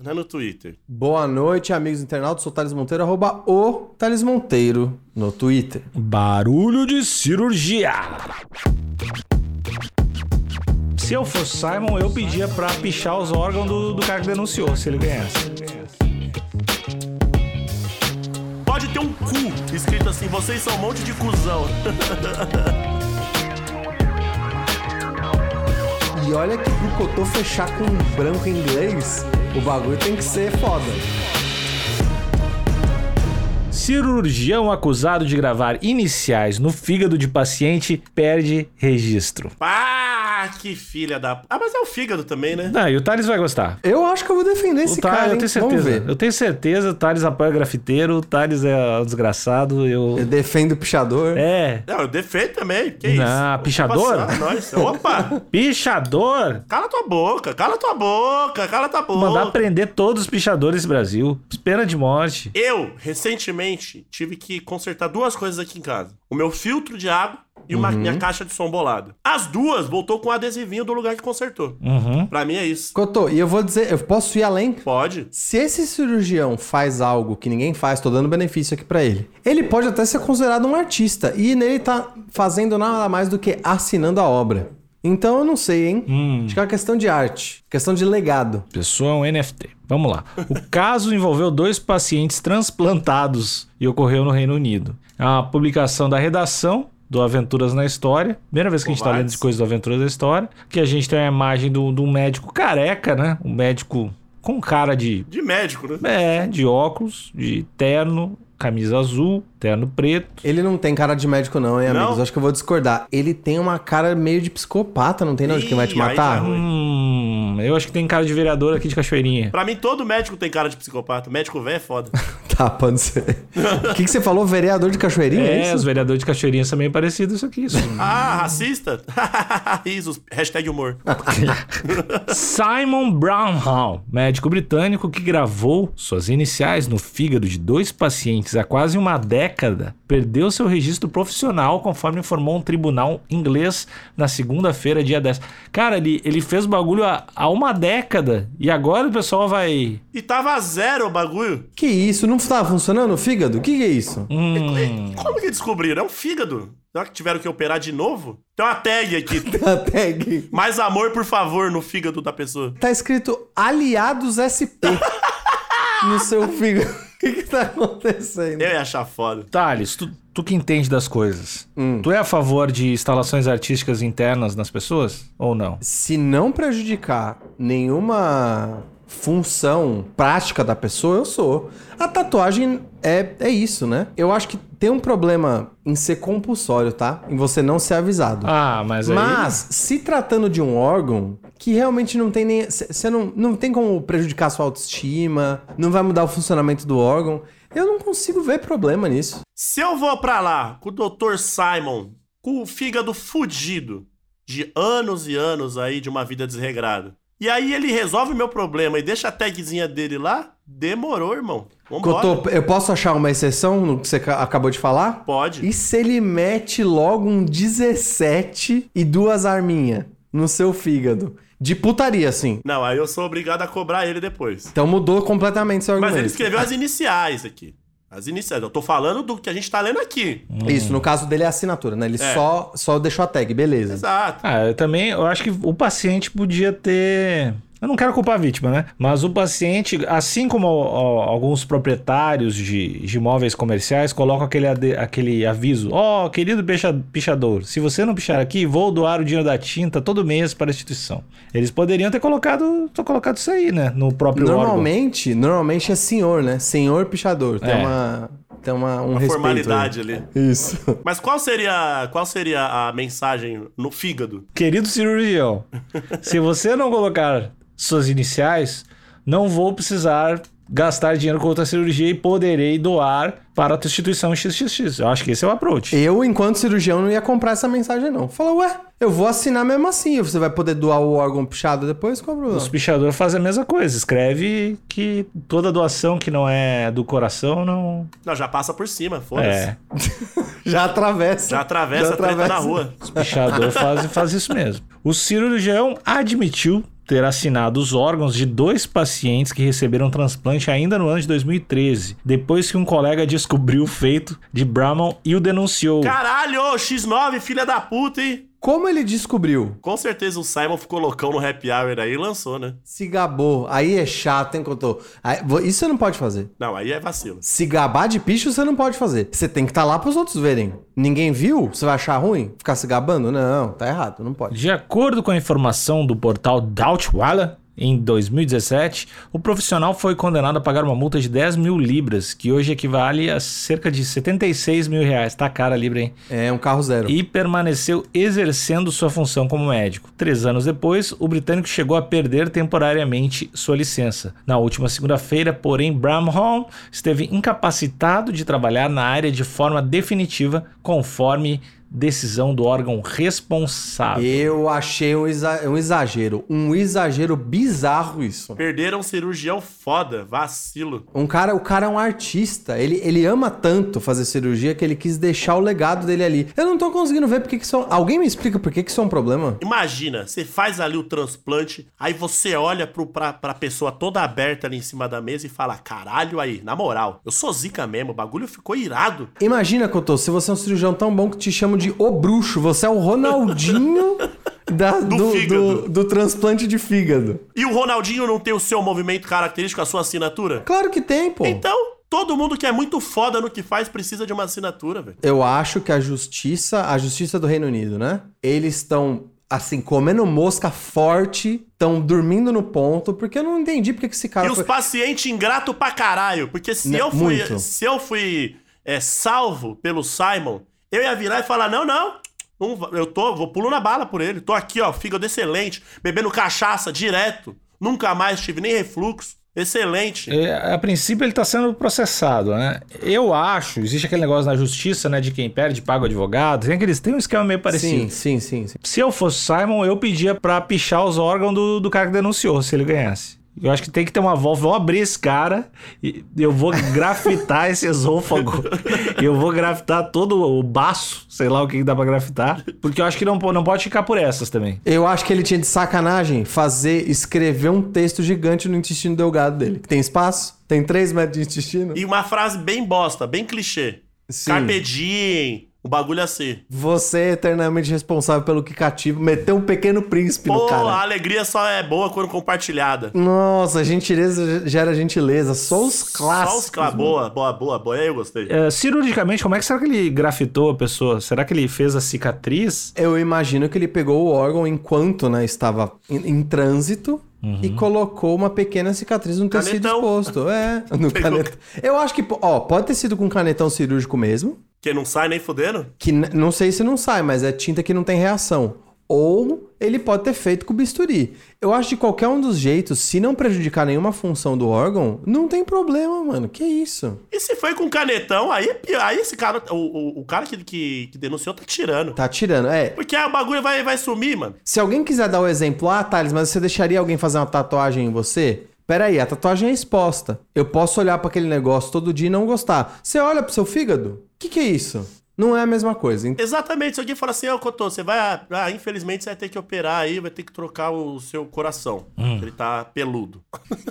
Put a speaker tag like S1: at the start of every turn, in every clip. S1: né, no Twitter.
S2: Boa noite, amigos internautas. Sou Thales Monteiro, arroba o Thales Monteiro no Twitter.
S3: Barulho de cirurgia. Se eu fosse Simon, eu pedia pra pichar os órgãos do, do cara que denunciou, se ele ganhasse.
S1: Pode ter um cu escrito assim, vocês são um monte de cuzão.
S2: E olha que pro Cotô fechar com um branco inglês, o bagulho tem que ser foda.
S3: Cirurgião acusado de gravar iniciais no fígado de paciente perde registro.
S1: Pá, que filha da... Ah, mas é o fígado também, né?
S3: Ah, e o Thales vai gostar.
S2: Eu acho que eu vou defender esse
S3: o Thales,
S2: cara,
S3: Tá, eu
S2: hein?
S3: tenho
S2: Vamos
S3: certeza.
S2: ver.
S3: Eu tenho certeza, o Thales apoia grafiteiro, o Thales é um desgraçado,
S2: Eu
S3: eu.
S2: defendo o pichador.
S3: É.
S1: Não, eu defeito também, que isso?
S3: Ah, pichador?
S1: Passar, nós. Opa!
S3: Pichador!
S1: Cala tua boca, cala tua boca, cala tua boca.
S3: Mandar prender todos os pichadores do Brasil. Pena de morte.
S1: Eu, recentemente, tive que consertar duas coisas aqui em casa. O meu filtro de água e uma, minha caixa de som bolada. As duas voltou com o adesivinho do lugar que consertou.
S3: Uhum.
S1: Pra mim é isso.
S2: Cotô, e eu vou dizer, eu posso ir além?
S1: Pode?
S2: Se esse cirurgião faz algo que ninguém faz, tô dando benefício aqui pra ele. Ele pode até ser considerado um artista e nele tá fazendo nada mais do que assinando a obra. Então eu não sei, hein?
S3: Hum.
S2: Acho que é uma questão de arte, questão de legado.
S3: Pessoa é um NFT. Vamos lá. O caso envolveu dois pacientes transplantados e ocorreu no Reino Unido. A publicação da redação do Aventuras na História. Primeira vez que a gente tá
S1: Covardes.
S3: lendo de coisas do Aventuras da História. Que a gente tem a imagem do- de um médico careca, né? Um médico com cara de
S1: De médico, né?
S3: É, de óculos, de terno, camisa azul, terno preto.
S2: Ele não tem cara de médico, não, hein,
S1: Não?
S2: amigos? Acho que eu vou discordar. Ele tem uma cara meio de psicopata, não tem não? De quem vai te
S1: Ih, aí tá
S2: matar?
S1: ruim.
S3: Hum, eu acho que tem cara de vereador aqui de Cachoeirinha.
S1: Pra mim, todo médico tem cara de psicopata. Médico velho é foda.
S2: Tá, pode ser. O que, que você falou? Vereador de Cachoeirinha? É,
S3: É, os
S2: isso?
S3: vereadores de Cachoeirinha são meio parecidos isso aqui. Isso.
S1: ah, racista? Risos. Hashtag humor.
S3: Simon Brownhall, médico britânico que gravou suas iniciais no fígado de dois pacientes há quase uma década, perdeu seu registro profissional, conforme informou um tribunal inglês na segunda-feira, dia 10. Cara, ele, ele fez bagulho há, há uma década e agora o pessoal vai
S1: E tava zero o bagulho.
S2: Que isso? Não tá funcionando o fígado? O que, que é isso?
S1: Hum.
S3: hum,
S1: E Como que descobriram? É um fígado. Será que tiveram que operar de novo? Tem uma tag aqui.
S2: A tag.
S1: Mais amor, por favor, no fígado da pessoa.
S2: Tá escrito Aliados SP no seu fígado. O que, que tá acontecendo?
S1: Eu ia achar foda.
S3: Thales, tu, tu que entende das coisas,
S2: Hum.
S3: tu é a favor de instalações artísticas internas nas pessoas ou não?
S2: Se não prejudicar nenhuma função prática da pessoa, eu sou. A tatuagem é, é isso, né? Eu acho que tem um problema em ser compulsório, tá? Em você não ser avisado.
S3: Ah, mas aí...
S2: Mas, se tratando de um órgão que realmente não tem nem. Você não, não tem como prejudicar sua autoestima, não vai mudar o funcionamento do órgão. Eu não consigo ver problema nisso.
S1: Se eu vou pra lá com o Dr. Simon, com o fígado fudido, de anos e anos aí de uma vida desregrada, e aí ele resolve meu problema e deixa a tagzinha dele lá, demorou, irmão. Vambora.
S2: Cotô, eu posso achar uma exceção no que você ca- acabou de falar?
S1: Pode.
S2: E se ele mete logo um 17 e duas arminhas no seu fígado? De putaria, assim.
S1: Não, aí eu sou obrigado a cobrar ele depois.
S2: Então mudou completamente seu argumento.
S1: Mas ele escreveu assim. as iniciais aqui. As iniciais. Eu tô falando do que a gente tá lendo aqui.
S2: Isso, no caso dele é a assinatura, né? Ele
S1: É.
S2: só, só deixou a tag, beleza.
S1: Exato.
S3: Ah, eu também, eu acho que o paciente podia ter. Eu não quero culpar a vítima, né? Mas o paciente, assim como ó, alguns proprietários de, de imóveis comerciais, colocam aquele, ade- aquele aviso: Ó, querido picha- pichador, se você não pichar aqui, vou doar o dinheiro da tinta todo mês para a instituição. Eles poderiam ter colocado, ter colocado isso aí, né? No próprio órgão.
S2: Normalmente, normalmente é senhor, né? Senhor pichador. Tem
S3: É.
S2: uma. Tem uma, um
S1: Uma
S2: respeito.
S1: formalidade ali.
S2: aí. Isso.
S1: Mas qual seria, qual seria a mensagem no fígado?
S3: Querido cirurgião, se você não colocar suas iniciais, não vou precisar gastar dinheiro com outra cirurgia e poderei doar para a tua instituição XXX. Eu acho que esse é o approach.
S2: Eu, enquanto cirurgião, não ia comprar essa mensagem, não. Fala, ué, eu vou assinar mesmo assim. Você vai poder doar o órgão pichado depois? Qual é o problema?
S3: Os pichadores fazem a mesma coisa. Escreve que toda doação que não é do coração não.
S1: Não, já passa por cima, foda-se.
S3: É.
S2: Já atravessa.
S1: Já atravessa
S2: Já
S1: a treta na
S2: atravessa.
S1: rua.
S3: Os pichadores fazem faz isso mesmo. O cirurgião admitiu ter assinado os órgãos de dois pacientes que receberam transplante ainda no ano de 2013, depois que um colega descobriu o feito de Brahman e o denunciou.
S1: Caralho, ô, X9, filha da puta, hein?
S2: Como ele descobriu?
S1: Com certeza o Simon ficou loucão no happy hour aí e lançou, né?
S2: Se gabou. Aí é chato, hein, Cotô? Aí, vo- Isso você não pode fazer.
S1: Não, aí é vacilo.
S2: Se gabar de picho, você não pode fazer. Você tem que estar lá pros outros verem. Ninguém viu? Você vai achar ruim? Ficar se gabando? Não, tá errado. Não pode.
S3: De acordo com a informação do portal Doubtwala, em 2017, o profissional foi condenado a pagar uma multa de 10 mil libras, que hoje equivale a cerca de 76 mil reais. Tá cara a libra, hein?
S2: É um carro zero.
S3: E permaneceu exercendo sua função como médico. Três anos depois, o britânico chegou a perder temporariamente sua licença. Na última segunda-feira, porém, Bramhall esteve incapacitado de trabalhar na área de forma definitiva, conforme decisão do órgão responsável.
S2: Eu achei um, exa- um exagero. Um exagero bizarro isso.
S1: Perderam um cirurgião foda, vacilo.
S2: Um cara, o cara é um artista. Ele, ele ama tanto fazer cirurgia que ele quis deixar o legado dele ali. Eu não tô conseguindo ver porque que isso é um- Alguém me explica por que que isso é um problema?
S1: Imagina, você faz ali o transplante, aí você olha pro, pra, pra pessoa toda aberta ali em cima da mesa e fala: caralho, aí, na moral, eu sou zica mesmo, o bagulho ficou irado.
S2: Imagina, Cotô, se você é um cirurgião tão bom que te chamam de o bruxo. Você é o Ronaldinho da- do, do-
S1: fígado.
S2: do transplante de fígado.
S1: E o Ronaldinho não tem o seu movimento característico, a sua assinatura?
S2: Claro que tem, pô.
S1: Então, todo mundo que é muito foda no que faz precisa de uma assinatura, velho.
S2: Eu acho que a justiça, a justiça do Reino Unido, né? Eles estão, assim, comendo mosca forte, estão dormindo no ponto, porque eu não entendi porque que esse cara
S1: E os
S2: foi...
S1: pacientes ingrato pra caralho, porque se
S2: Né,
S1: eu fui,
S2: muito.
S1: se eu fui é, salvo pelo Simon, eu ia virar e falar: "Não, não. não va- eu tô, vou pulo na bala por ele. Tô aqui, ó, fígado excelente, bebendo cachaça direto. Nunca mais tive nem refluxo. Excelente.
S3: É, a princípio ele está sendo processado, né? Eu acho, existe aquele negócio na justiça, né? De quem perde, paga o advogado. Tem aqueles, tem um esquema meio parecido.
S2: Sim, sim, sim, sim.
S3: Se eu fosse Simon, eu pedia pra pichar os órgãos do, do cara que denunciou, se ele ganhasse. Eu acho que tem que ter uma volta. Vou abrir esse cara e eu vou grafitar esse esôfago. Eu vou grafitar todo o baço, sei lá o que que dá pra grafitar. Porque eu acho que não, po- não pode ficar por essas também.
S2: Eu acho que ele tinha de sacanagem fazer, escrever um texto gigante no intestino delgado dele. Que tem espaço? Tem 3 metros de intestino?
S1: E uma frase bem bosta, bem clichê.
S2: Sim.
S1: Carpe diem, o bagulho assim.
S2: Você é eternamente responsável pelo que cativo. Meteu um pequeno príncipe
S1: Pô,
S2: no
S1: a
S2: cara.
S1: alegria só é boa quando compartilhada.
S2: Nossa, gentileza gera gentileza. Só os clássicos.
S1: Só os cla- boa, boa, boa, boa. Aí eu gostei.
S3: É, cirurgicamente, como é que será que ele grafitou a pessoa? Será que ele fez a cicatriz?
S2: Eu imagino que ele pegou o órgão enquanto né, estava em, em trânsito e colocou uma pequena cicatriz no tecido
S1: Canetão.
S2: exposto. É, no
S1: Pegou-
S2: canetão. Eu acho que, ó, pode ter sido com canetão cirúrgico mesmo,
S1: Que não sai nem fudendo?
S2: que n- não sei se não sai, mas é tinta que não tem reação. Ou ele pode ter feito com bisturi. Eu acho que de qualquer um dos jeitos, se não prejudicar nenhuma função do órgão, não tem problema, mano. Que isso?
S1: E se foi com canetão, aí é pior. Aí esse cara, o, o, o cara que, que, que denunciou tá tirando.
S2: Tá tirando. É,
S1: Porque aí o bagulho vai, vai sumir, mano.
S2: Se alguém quiser dar o exemplo, ah, Thales, mas você deixaria alguém fazer uma tatuagem em você? Peraí, a tatuagem é exposta. Eu posso olhar pra aquele negócio todo dia e não gostar. Você olha pro seu fígado? O que, que é isso? Não é a mesma coisa. Ent-
S1: Exatamente, se alguém falar assim, ô Cotô, você vai. ah, Ah, infelizmente você vai ter que operar aí, vai ter que trocar o seu coração. Ele tá peludo.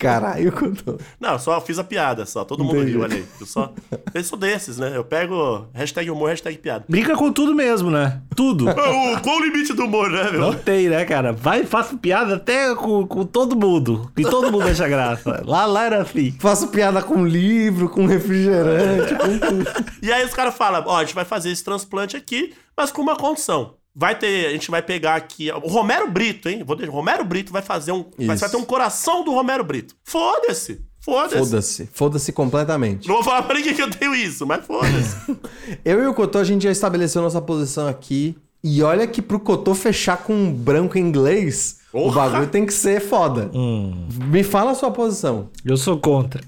S2: Caralho, contou.
S1: Não, só fiz a piada, só. Todo mundo
S2: Entendi.
S1: riu, olha aí. Eu só. Eu sou desses, né? Eu pego hashtag humor, hashtag piada.
S3: Brinca com tudo mesmo, né? Tudo.
S1: Ô, Qual o limite do humor, né, meu?
S3: Não tem, né, cara? Vai, faço piada até com, com todo mundo. E todo mundo acha graça. Lá, lá era assim.
S2: Faço piada com livro, com refrigerante, com tudo.
S1: E aí os caras falam, ó, a gente vai fazer esse transplante aqui, mas com uma condição. Vai ter, a gente vai pegar aqui. O Romero Brito, hein? Vou deixar, Romero Brito vai fazer um. Vai,
S2: Isso.
S1: vai ter um coração do Romero Brito. Foda-se! Foda-se!
S2: Foda-se. Foda-se completamente.
S1: Não vou falar pra ninguém que eu tenho isso, mas foda-se.
S2: Eu e o Cotô, a gente já estabeleceu nossa posição aqui. E olha que pro Cotô fechar com um branco inglês, O
S1: Porra!
S2: bagulho tem que ser foda.
S3: Hum.
S2: Me fala a sua posição.
S3: Eu sou contra.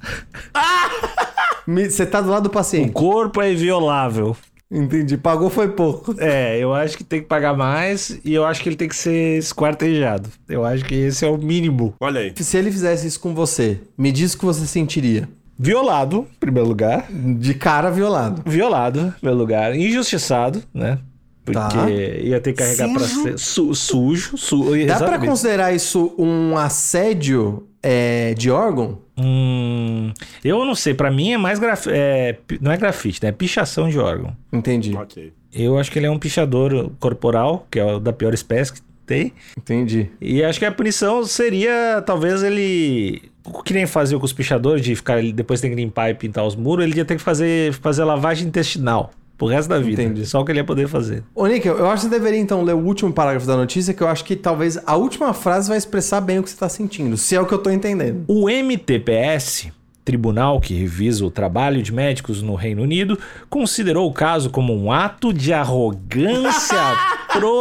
S2: Me- Você tá do lado do
S3: O
S2: paciente.
S3: corpo é inviolável.
S2: Entendi. Pagou foi pouco.
S3: É, eu acho que tem que pagar mais e eu acho que ele tem que ser esquartejado. Eu acho que esse é o mínimo.
S1: Olha aí.
S2: Se ele fizesse isso com você, me diz o que você sentiria.
S3: Violado, em primeiro lugar.
S2: De cara violado.
S3: Violado, em primeiro lugar. Injustiçado, né? Porque
S2: Tá.
S3: ia ter que carregar pra
S1: Sujo.
S3: ser. Su, sujo, su,
S2: Dá pra
S3: exatamente.
S2: considerar isso um assédio é, de órgão?
S3: Hum, eu não sei, pra mim é mais graf... é, pi- não é grafite, né? É pichação de órgão.
S2: Entendi.
S1: Ok.
S3: Eu acho que ele é um pichador corporal, que é o da pior espécie que tem.
S2: Entendi.
S3: E acho que a punição seria, talvez ele. O que nem fazia com os pichadores, de ficar ele depois tem que limpar e pintar os muros, ele ia ter que fazer, fazer lavagem intestinal pro resto da vida.
S2: Entendi.
S3: Só o que ele ia poder fazer.
S2: Ô, Níquel, eu acho que você deveria então ler o último parágrafo da notícia, que eu acho que talvez a última frase vai expressar bem o que você tá sentindo, se é o que eu tô entendendo.
S3: O MTPS, tribunal que revisa o trabalho de médicos no Reino Unido, considerou o caso como um ato de arrogância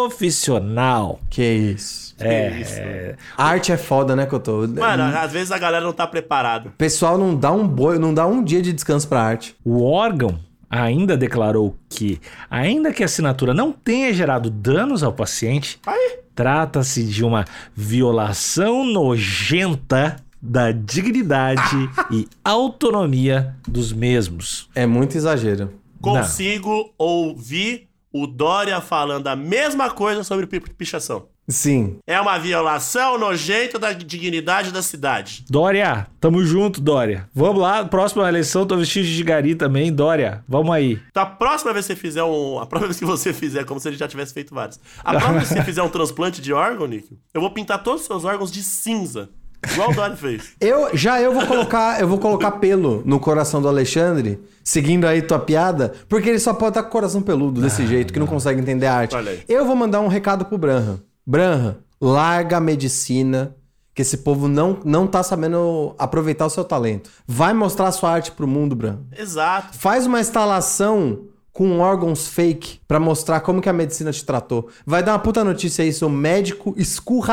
S3: profissional.
S2: Que isso.
S1: É. Isso.
S2: Arte é foda, né, Cotô?
S1: Mano, às vezes a galera não tá preparada.
S2: Pessoal não dá um boi, não dá um dia de descanso pra arte.
S3: O órgão ainda declarou que, ainda que a assinatura não tenha gerado danos ao paciente,
S1: Aí.
S3: trata-se de uma violação nojenta da dignidade e autonomia dos mesmos.
S2: É muito exagero.
S1: Consigo ouvir o Dória falando a mesma coisa sobre pi- pichação.
S2: Sim.
S1: É uma violação nojenta da dignidade da cidade.
S3: Dória, tamo junto, Dória. Vamos lá, próxima eleição, tô vestido de gari também, Dória. Vamos aí.
S1: Então, a próxima vez que você fizer um. A próxima vez que você fizer, como se ele já tivesse feito vários. A próxima vez que você fizer um transplante de órgão, Nick, eu vou pintar todos os seus órgãos de cinza. Igual o Dória fez.
S2: Eu já eu vou colocar, eu vou colocar pelo no coração do Alexandre, seguindo aí tua piada, porque ele só pode estar com o coração peludo desse jeito, que não consegue entender a arte.
S1: Ah, Olha aí.
S2: Eu vou mandar um recado pro Branham. Branham, larga a medicina, que esse povo não não tá sabendo aproveitar o seu talento. Vai mostrar a sua arte pro mundo, Branham.
S1: Exato.
S2: Faz uma instalação com órgãos fake pra mostrar como que a medicina te tratou. Vai dar uma puta notícia aí, seu médico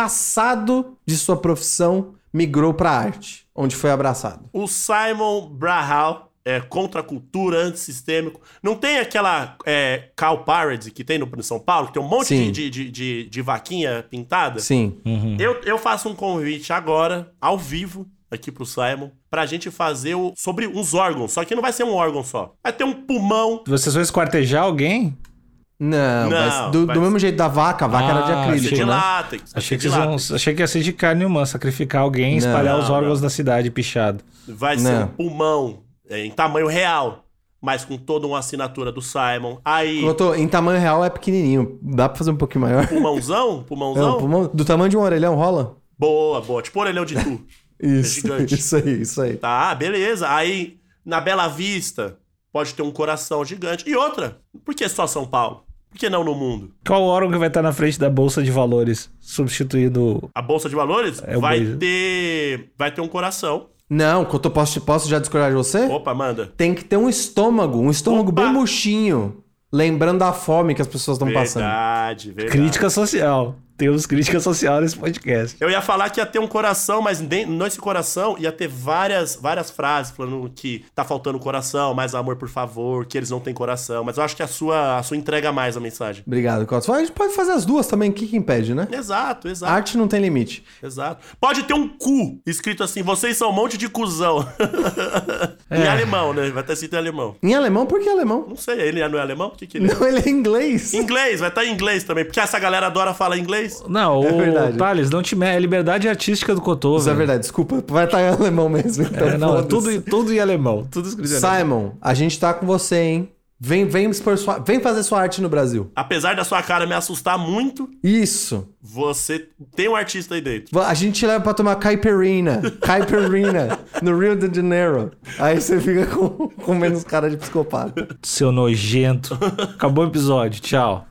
S2: escurraçado de sua profissão migrou pra arte, onde foi abraçado.
S1: O Simon Brahal é contra a cultura, antissistêmico. Não tem aquela é, Cow Parade que tem no, no São Paulo, que tem um monte
S2: Sim.
S1: de, de, de, de- de vaquinha pintada?
S2: Sim.
S1: Eu, eu faço um convite agora, ao vivo, aqui pro Simon, pra gente fazer o, sobre uns órgãos. Só que não vai ser um órgão só. Vai ter um pulmão.
S3: Vocês vão esquartejar alguém?
S1: Não,
S2: Não, mas do,
S1: mas-
S2: do mesmo jeito da vaca, a vaca era de
S3: Ah,
S1: Vai
S3: achei
S1: ser
S2: acrílico,
S1: de
S3: que-
S2: né?
S1: látex. vai ser
S3: Achei que,
S1: é
S3: vocês
S1: de
S3: vão-
S1: látex.
S3: achei que ia ser de carne humana, sacrificar alguém, espalhar
S1: Não,
S3: os órgãos da cidade pichado.
S1: Vai ser
S2: Não.
S1: um pulmão é, em tamanho real, mas com toda uma assinatura do Simon. Aí,
S2: Cotô, em tamanho real é pequenininho, dá pra fazer um pouquinho maior.
S1: pulmãozão? Pulmãozão?
S2: Não, pulmão- do tamanho de um orelhão rola?
S1: Boa, boa. Tipo orelhão de tu.
S2: Isso,
S1: gigante.
S2: isso aí, isso aí.
S1: Tá, beleza. Aí, na Bela Vista, pode ter um coração gigante. E outra, por que só São Paulo? Por que não no mundo?
S3: Qual órgão que vai estar na frente da bolsa de valores, substituindo
S1: A Bolsa de Valores
S3: É o
S1: vai
S3: beijo.
S1: ter. Vai ter um coração.
S2: Não, Cotô, posso, posso já discordar de
S3: É.
S2: você?
S1: Opa, manda.
S2: Tem que ter um estômago, um estômago
S1: Opa!
S2: bem murchinho, lembrando a fome que as pessoas estão passando.
S1: Verdade, verdade.
S3: crítica social? Temos crítica social nesse podcast.
S1: Eu ia falar que ia ter um coração, mas den- nesse coração ia ter várias, várias frases falando que tá faltando coração, mais amor, por favor, que eles não têm coração. Mas eu acho que a sua, a sua entrega mais a mensagem.
S2: Obrigado, Cotes. A gente pode fazer as duas também, o que, que impede, né?
S1: Exato, exato,
S2: Arte não tem limite.
S1: exato. Pode ter um cu escrito assim, vocês são um monte de cuzão. em
S3: É.
S1: alemão, né? Vai estar escrito em alemão.
S2: Em alemão, por que alemão?
S1: Não sei, ele não é alemão? O que que ele é?
S2: Não, ele é inglês.
S1: Inglês, vai estar em inglês também, porque essa galera adora falar inglês.
S3: Não,
S2: É
S3: o
S2: verdade.
S3: Thales, não te mete. É liberdade artística do Cotô.
S2: Isso é
S3: velho.
S2: verdade, desculpa. Vai estar em alemão mesmo. Então,
S3: É, não, é
S2: foda-se.
S3: tudo, tudo em alemão. Tudo escrito em alemão.
S2: Simon, a gente tá com você, hein? Vem, vem, expor sua- vem fazer sua arte no Brasil.
S1: Apesar da sua cara me assustar muito,
S2: Isso.
S1: você tem um artista aí dentro.
S2: Va- A gente te leva pra tomar caipirinha. Caipirinha. no Rio de Janeiro. Aí você fica com, com menos cara de psicopata.
S3: Seu nojento. Acabou o episódio. Tchau.